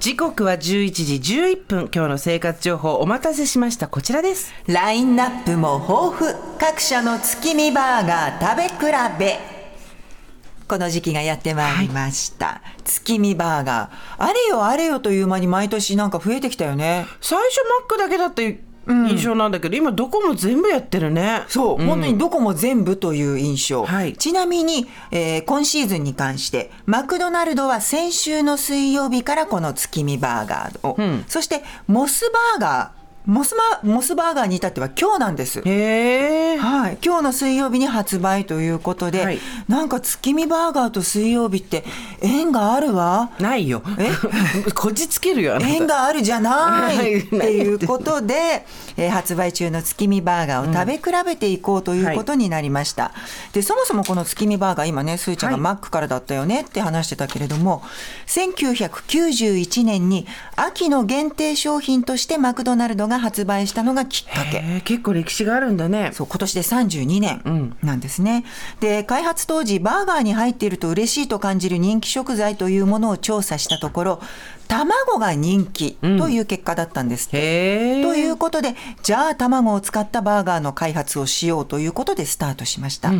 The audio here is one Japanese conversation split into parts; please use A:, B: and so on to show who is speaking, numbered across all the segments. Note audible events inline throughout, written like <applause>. A: 時刻は11時11分今日の生活情報お待たせしましたこちらです
B: ラインナップも豊富各社の月見バーガー食べ比べこの時期がやってまいりました、月見バーガーあれよあれよという間に毎年なんか増えてきたよね
A: 最初マックだけだった印象なんだけど、今どこも全部やってるね
B: そう、本当にどこも全部という印象。
A: はい
B: ちなみに、えー今シーズンに関して、マクドナルドは先週の水曜日からこの月見バーガーを、そしてモスバーガー、モスマモスバーガーに至っては今日なんです。
A: へえ
B: はい、今日の水曜日に発売ということで、
A: はい
B: なんか月見バーガーと水曜日って縁があるわ
A: ないよ <laughs> こじつけるよあなた
B: 縁があるじゃな
A: <laughs> はいい
B: っていうことで、えー発売中の月見バーガーを食べ比べていこうということになりました、でそもそもこの月見バーガー今ねすーちゃんが
A: はい
B: マックからだったよねって話してたけれども、1991年に秋の限定商品としてマクドナルドが発売したのがきっかけ。
A: へえ結構歴史があるんだね
B: そう今年で32年なんですね、で開発当時バーガーに入っていると嬉しいと感じる人気食材というものを調査したところ卵が人気という結果だったんですって、
A: へえ
B: ということでじゃあ卵を使ったバーガーの開発をしようということでスタートしました、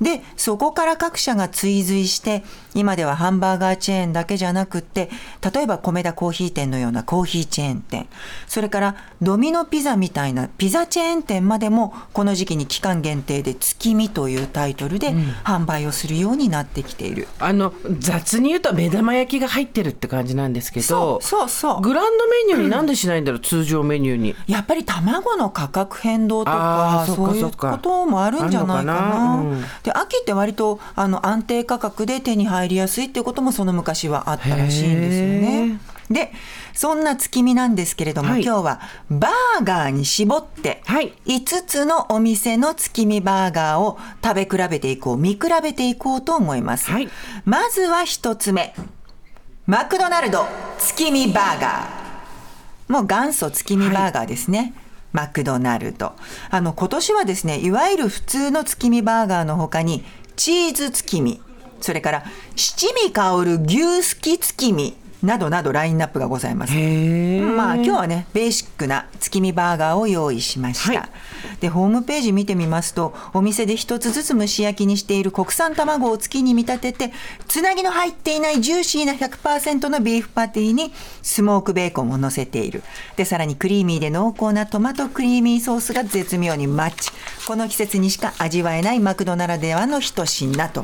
B: でそこから各社が追随して今ではハンバーガーチェーンだけじゃなくって例えば米田コーヒー店のようなコーヒーチェーン店それからドミノピザみたいなピザチェーン店までもこの時期に期間限定で「月見」というタイトルで販売をするようになってきている、
A: あの雑に言うと目玉焼きが入ってるって感じなんですけど
B: そうそうそう
A: グランドメニューになんでしないんだろう、通常メニューに
B: やっぱり卵の価格変動とか
A: あー
B: そ
A: そっか
B: うい
A: そうっか
B: こともあるんじゃない
A: あ
B: かな
A: んのかなうん
B: で秋って割とあの安定価格で手に入りやすいっていうこともその昔はあったらしいんですよね。でそんな月見なんですけれども、
A: はい
B: 今日はバーガーに絞って、
A: はい
B: 5つのお店の月見バーガーを食べ比べていこう見比べていこうと思います、
A: はい
B: まずは1つ目マクドナルド月見バーガーもう元祖月見バーガーですね。マクドナルド。あの、今年はですね、いわゆる普通の月見バーガーの他に、チーズ月見、それから七味香る牛すき月見などなどラインナップがございます。
A: へえ
B: まあ今日はねベーシックな月見バーガーを用意しました、
A: はい
B: でホームページ見てみますとお店で一つずつ蒸し焼きにしている国産卵を月に見立ててつなぎの入っていないジューシーな100%のビーフパティにスモークベーコンを乗せているでさらにクリーミーで濃厚なトマトクリーミーソースが絶妙にマッチこの季節にしか味わえないマクドならではの一品と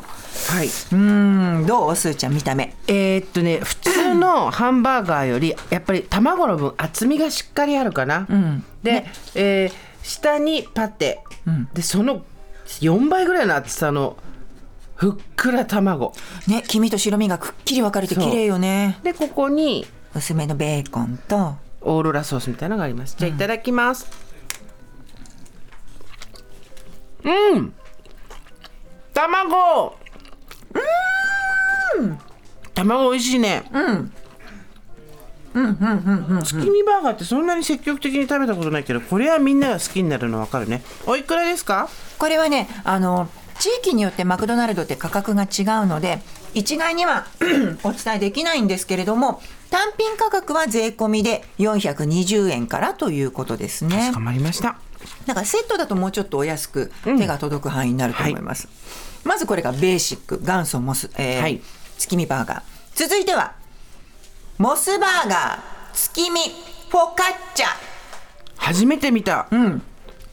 A: はい、
B: うんどうすーちゃん見た目
A: えーっとね普通のハンバーガーよりやっぱり卵の分厚みがしっかりあるかな、で、えー下にパテ、でその4倍ぐらいの厚さのふっくら卵
B: ね黄身と白身がくっきり分かれて綺麗よね
A: でここに
B: 薄めのベーコンと
A: オーロラソースみたいなのがありますじゃあいただきますうん、卵うん卵美味しいねうん月見バーガーってそんなに積極的に食べたことないけどこれはみんなが好きになるの分かるねおいくらですか
B: これはねあの地域によってマクドナルドって価格が違うので一概には <clears throat> お伝えできないんですけれども単品価格は税込みで420円からということですね
A: 捕まりました
B: だからセットだともうちょっとお安く手が届く範囲になると思います、まずこれがベーシック元祖モス、えー
A: はい
B: 月見バーガー続いてはモスバーガー月見フォカッチャ
A: 初めて見た、うん、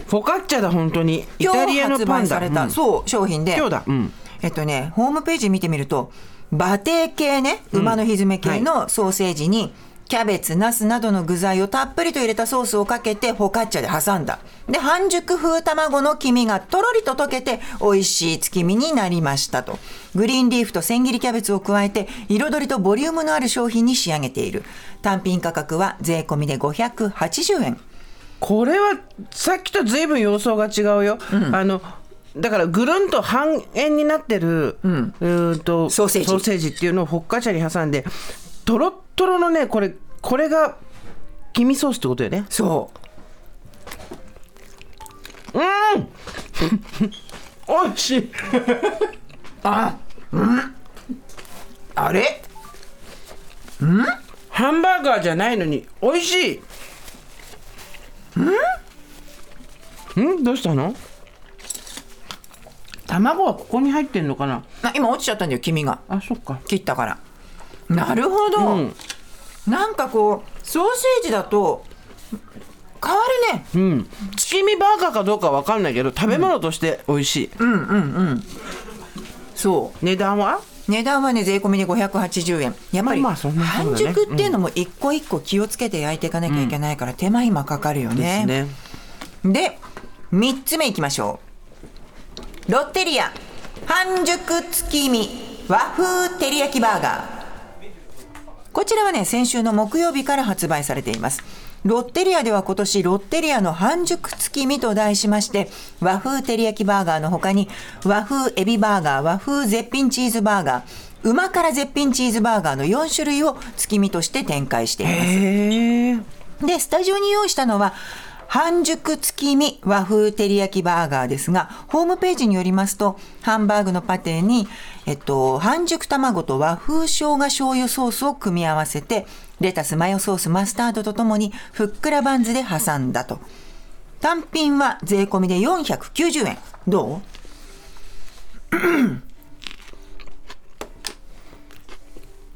A: フォカッチャだ本当にイタリアのパン
B: 今日発売さ
A: だ
B: れた、
A: うん
B: そう商品で
A: 今日だうん
B: えっとね、ホームページ見てみると、馬蹄系ね、馬のひづめ系のソーセージに、キャベツ、ナスなどの具材をたっぷりと入れたソースをかけて、フォカッチャで挟んだ。で、半熟風卵の黄身がとろりと溶けて、美味しい月見になりましたと。グリーンリーフと千切りキャベツを加えて、彩りとボリュームのある商品に仕上げている。単品価格は税込みで580円。
A: これはさっきと随分様相が違うよ、あのだからぐるんと半円になってる、うーんと
B: ソーセージ
A: っていうのをホッカチャに挟んでとろっとろのねこれこれが黄身ソースってことよね
B: そう。
A: <laughs> おいしい
B: あれん
A: ハンバーガーじゃないのに美味しいんんどうしたの卵はここに入ってんのかな
B: あ今落ちちゃったんだよ黄身が
A: あそっか
B: 切ったからなるほど、
A: うん
B: なんかこうソーセージだと変わるね
A: うん月見バーガーかどうかわかんないけど食べ物として美味しい、
B: そう
A: 値段は
B: 値段はね税込みで580円やっぱり
A: まあそんなそうだ
B: 半
A: ね
B: 熟っていうのも一個一個気をつけて焼いていかなきゃいけないから手間暇かかるよ
A: です
B: ね、
A: ね
B: で3つ目いきましょうロッテリア半熟月見和風照り焼きバーガーこちらはね先週の木曜日から発売されていますロッテリアでは今年ロッテリアの半熟月見と題しまして和風照り焼きバーガーの他に和風エビバーガー和風絶品チーズバーガーうま辛絶品チーズバーガーの4種類を月見として展開しています
A: へえ
B: でスタジオに用意したのは半熟月見和風照り焼きバーガーですがホームページによりますとハンバーグのパテに、えっと、半熟卵と和風生姜醤油ソースを組み合わせてレタスマヨソースマスタードとともにふっくらバンズで挟んだと単品は税込みで490円どう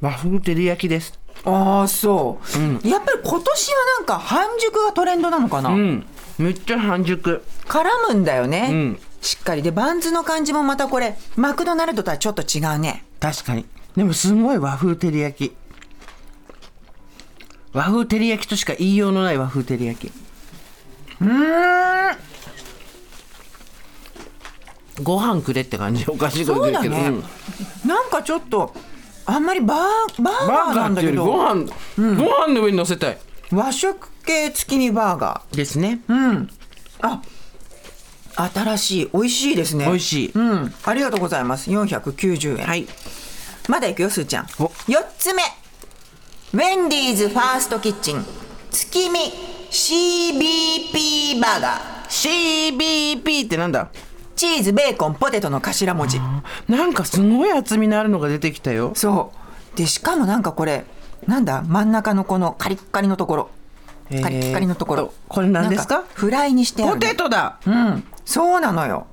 A: 和風照り焼きです
B: ああそう、やっぱり今年はなんか半熟がトレンドなのかな、
A: うんめっちゃ半熟
B: 絡むんだよね、
A: ん
B: しっかりでバンズの感じもまたこれマクドナルドとはちょっと違うね
A: 確かにでもすごい和風照り焼き和風照り焼きとしか言いようのない和風照り焼きうんご飯くれって感じおかしいこと
B: そ
A: 言
B: う
A: っ
B: だ
A: てるけど
B: ね、
A: うん
B: なんかちょっとあんまりバーバー
A: バ
B: ガー
A: ー
B: な
A: ガー
B: ん
A: って
B: だ
A: いうよ
B: け
A: りご
B: ど
A: 飯、ご飯の上に乗せたい
B: 和食系月見バーガ
A: ですね、
B: ーあ新しい美味しいですね
A: 美味しい
B: うんありがとうございます490円、
A: はい
B: まだいくよすーちゃん
A: お
B: 4つ目ウェンディーズファーストキッチン月見 CBP バーガー
A: CBP ってなんだ
B: チーズベーコンポテトの頭文字
A: なんかすごい厚みのあるのが出てきたよ
B: そうでしかもなんかこれなんだ真ん中のこのカリッカリのところ
A: えー
B: カリッカリのところ、
A: これ何ですか
B: なんフライにしてある
A: ポ
B: の
A: テトだ
B: うんそうなのよ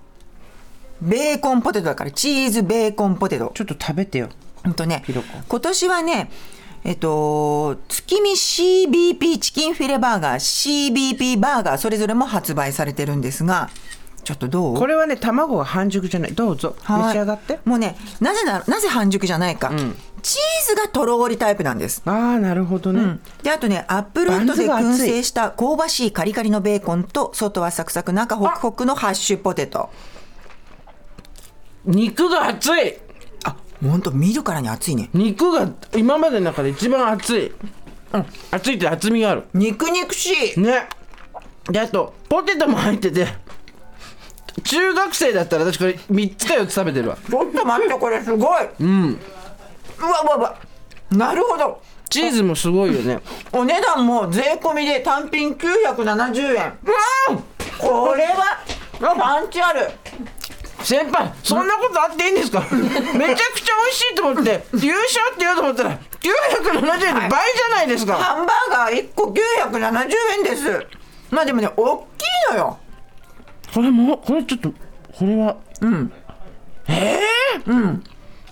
B: ベーコンポテトだからチーズベーコンポテト
A: ちょっと食べてよ
B: ほんとね
A: ひろこ
B: 今年はねえっと月見 CBP チキンフィレバーガー CBP バーガーそれぞれも発売されてるんですがちょっとどう
A: これはね卵が半熟じゃないどうぞ
B: はい
A: 召し上がって
B: もうねなぜななぜ半熟じゃないか、チーズがとろーりタイプなんです
A: ああなるほどね、
B: であとねアップルウッドで
A: バンズが
B: 燻
A: 熱い
B: 製した香ばしいカリカリのベーコンと外はサクサク中ホクホクのハッシュポテト
A: 肉が熱い
B: あほんと見るからに熱いね
A: 肉が今までの中で一番熱い、
B: うん
A: 熱いって厚みがある
B: 肉肉しい
A: ねであとポテトも入ってて中学生だったら私これ3つか4つ食べてるわ
B: ちょっと待ってこれすごいうんうわうわうわなるほど
A: チーズもすごいよね
B: お値段も税込みで単品970円これはパンチある
A: 先輩そんなことあっていいん
B: <laughs>
A: ですかめちゃくちゃ美味しいと思って優勝って言おうと思ったら970円で倍じゃないですか、
B: ハンバーガー1個970円ですまあでもね大きいのよ
A: これもこれちょっとこれは
B: うん
A: ええー、うん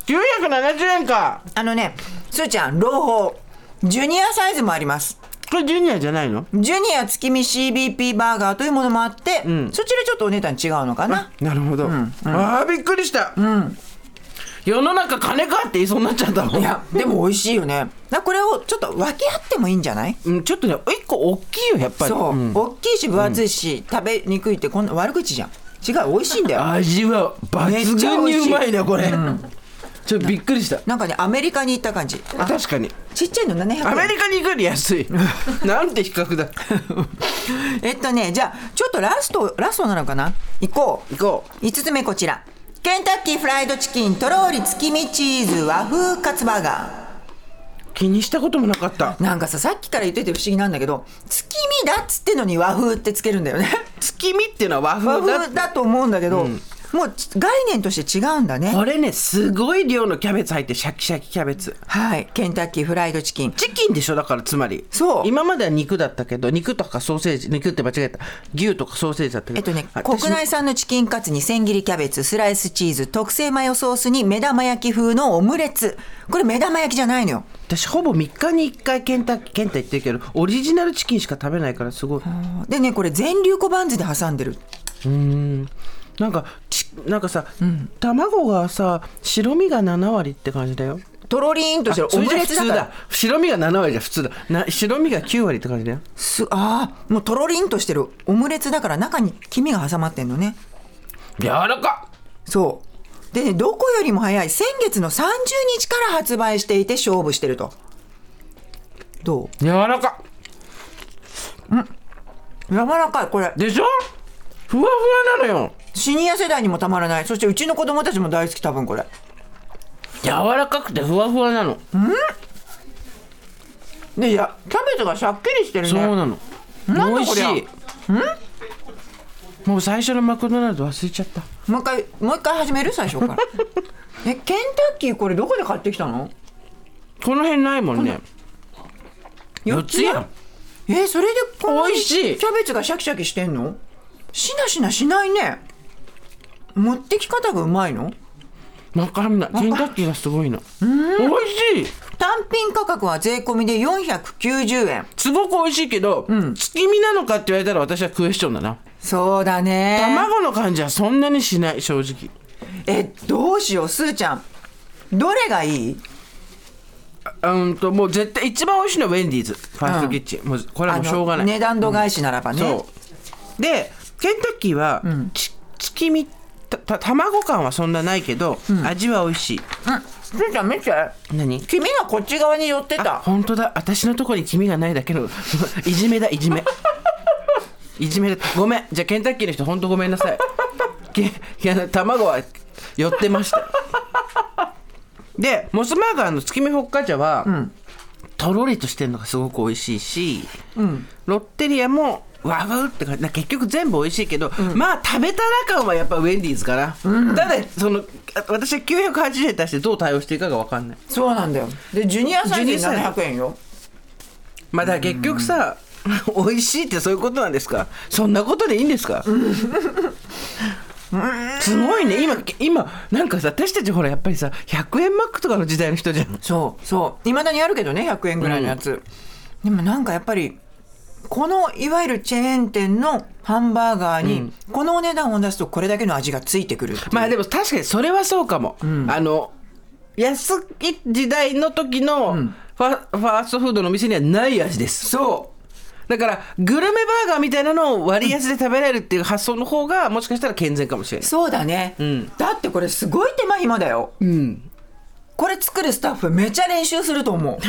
A: 970円か
B: あのね、すーちゃん、朗報。ジュニアサイズもあります。
A: これジュニアじゃないの
B: ジュニア月見 CBP バーガーというものもあって、そちらちょっとお値段違うのかな。
A: なるほど、ああびっくりした、世の中金かって言いそうになっちゃったもん
B: いや、でも美味しいよね。だこれをちょっと分け合ってもいいんじゃない
A: うんちょっとね一個大きいよやっぱり
B: そう、
A: ん
B: 大きいし分厚いし、食べにくいってこんな悪口じゃん。違う、美味しいんだよ。
A: 味は抜群にうまいねこれ、ちょっとびっくりした
B: なんかね、アメリカに行った感じ。あ
A: 確かに
B: ちっちゃいの700円。
A: アメリカに行くより安
B: <laughs>
A: いなんて比較だ
B: えっとね、じゃあ、ちょっとラスト、ラストなのかな行こう。
A: 行こ
B: 5つ目こちらケンタッキーフライドチキンとろーり月見チーズ和風カツバーガ
A: う気にしたこともなかった
B: ーなんかささっきから言ってて不思議なんだけど月
A: <laughs>
B: 見だっつってのに和風ってつけるんだよね
A: 月見っていうのは和
B: 和
A: 風だ
B: 風だと思うんだけど、もう概念として違うんだね
A: これねすごい量のキャベツ入ってシャキシャキキャベツ
B: はいケンタッキーフライドチキン
A: チキンでしょだからつまり
B: そう
A: 今までは肉だったけど肉とかソーセージ肉って間違えた牛とかソーセージだったけど
B: えっとね、
A: 私
B: 国内産のチキンカツに千切りキャベツ、スライスチーズ、特製マヨソースに目玉焼き風のオムレツ。これ目玉焼きじゃないのよ。
A: 私ほぼ3日に1回ケンタッキーケンタ行ってるけどオリジナルチキンしか食べないからすごい
B: でね、これ全粒粉バンズで挟んでる。
A: なんかちなんかさ、卵がさ白身が7割って感じだよ
B: とろりんとしてる
A: そ
B: オ
A: れ
B: ム
A: じゃ
B: レ
A: 普
B: ツだ
A: 通だ
B: から。
A: 白身が7割じゃ普通だな白身が9割って感じだよ
B: すああ、もうとろりんとしてるオムレツだから中に黄身が挟まってんのね。
A: 柔らかっ
B: そう。でね、どこよりも早い先月の30日から発売していて勝負してると。ど
A: 柔らかっ
B: う柔らかい。これ、
A: でしょふわふわなのよ
B: シニア世代にもたまらない。そしてうちの子供たちも大好き多分これ。
A: 柔らかくてふわふわなの、
B: でいやキャベツがしゃっきりしてるね
A: そうなの
B: なんだ
A: 美味し
B: こり
A: いもう最初のマクドナルド忘れちゃった
B: もう一回もう一回始める最初
A: <laughs>
B: からえケンタッキーこれどこで買ってきたの
A: この辺ないもんね四つやん
B: えそれでこんなに
A: 美味しい
B: キャベツがシャキシャキしてんのしなしなしないね持ってき方がうまいの
A: わかんないケンタッキーがすごいの美味しい
B: 単品価格は税込みで490円
A: すごく美味しいけど、月見なのかって言われたら私はクエスチョンだな、
B: そうだね
A: 卵の感じはそんなにしない正直
B: えどうしようすーちゃんどれがいいう
A: ーんともう絶対一番美味しいのはウェンディーズファーストキッチン、もうこれはも
B: あ
A: う
B: の
A: しょうがない
B: 値段度外視ならばね、
A: そうでケンタッキーは、ち月見たた卵感はそんなないけど、味は美味しい
B: すーちゃん見て
A: 何
B: 君がこっち側に寄ってた
A: 本当だ私のところに黄身がないだけの <laughs> いじめだいじめいじめだごめんじゃあケンタッキーの人本当ごめんなさいけいや卵は寄ってましたでモスバーガーの月見ホッカチャは、とろりとしてるのがすごく美味しいし、ロッテリアもわわうって感じな結局全部美味しいけど、まあ食べたら感はやっぱウェンディーズかな、ただそのあ私は980円に対してどう対応していいかが分かんない
B: そうなんだよでジュニアサイズで
A: ジュニアサイ
B: 700円よ
A: まあだから結局さ、美味しいってそういうことなんですかそんなことでいいんですかすごいね今今なんかさ私たちほらやっぱりさ100円マックとかの時代の人じゃん
B: そうそういまだにあるけどね100円ぐらいのやつ、でもなんかやっぱりこのいわゆるチェーン店のハンバーガーにこのお値段を出すとこれだけの味がついてくるっていう
A: まあでも確かにそれはそうかも、あの安い時代の時のファ,、ファーストフードの店にはない味ですそうだからグルメバーガーみたいなのを割安で食べられるっていう発想の方がもしかしたら健全かもしれない
B: そうだね、
A: ん
B: だってこれすごい手間暇だよ、これ作るスタッフめちゃ練習すると <laughs> 思う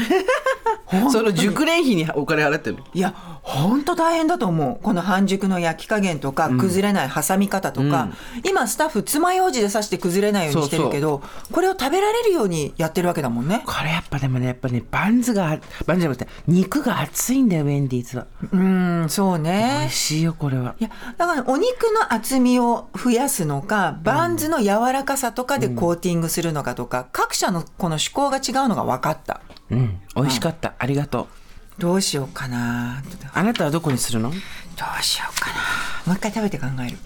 A: その熟練費にお金払ってる
B: いやほんと大変だと思うこの半熟の焼き加減とか崩れない挟み方とか、今スタッフ爪楊枝で刺して崩れないようにしてるけどこれを食べられるようにやってるわけだもんね
A: これやっぱでもねやっぱねバンズがバンズじゃなくて肉が厚いんだよウェンディーズは
B: うんそう
A: 美
B: ね
A: 味しいよこれはい
B: やだからお肉の厚みを増やすのかバンズの柔らかさとかでコーティングするのかとか、各社のこの趣向が違うのが分かった
A: うん美味しかった、ありがとう
B: どうしようかなど
A: あなたはどこにするの
B: うしようかなもう一回食べて考える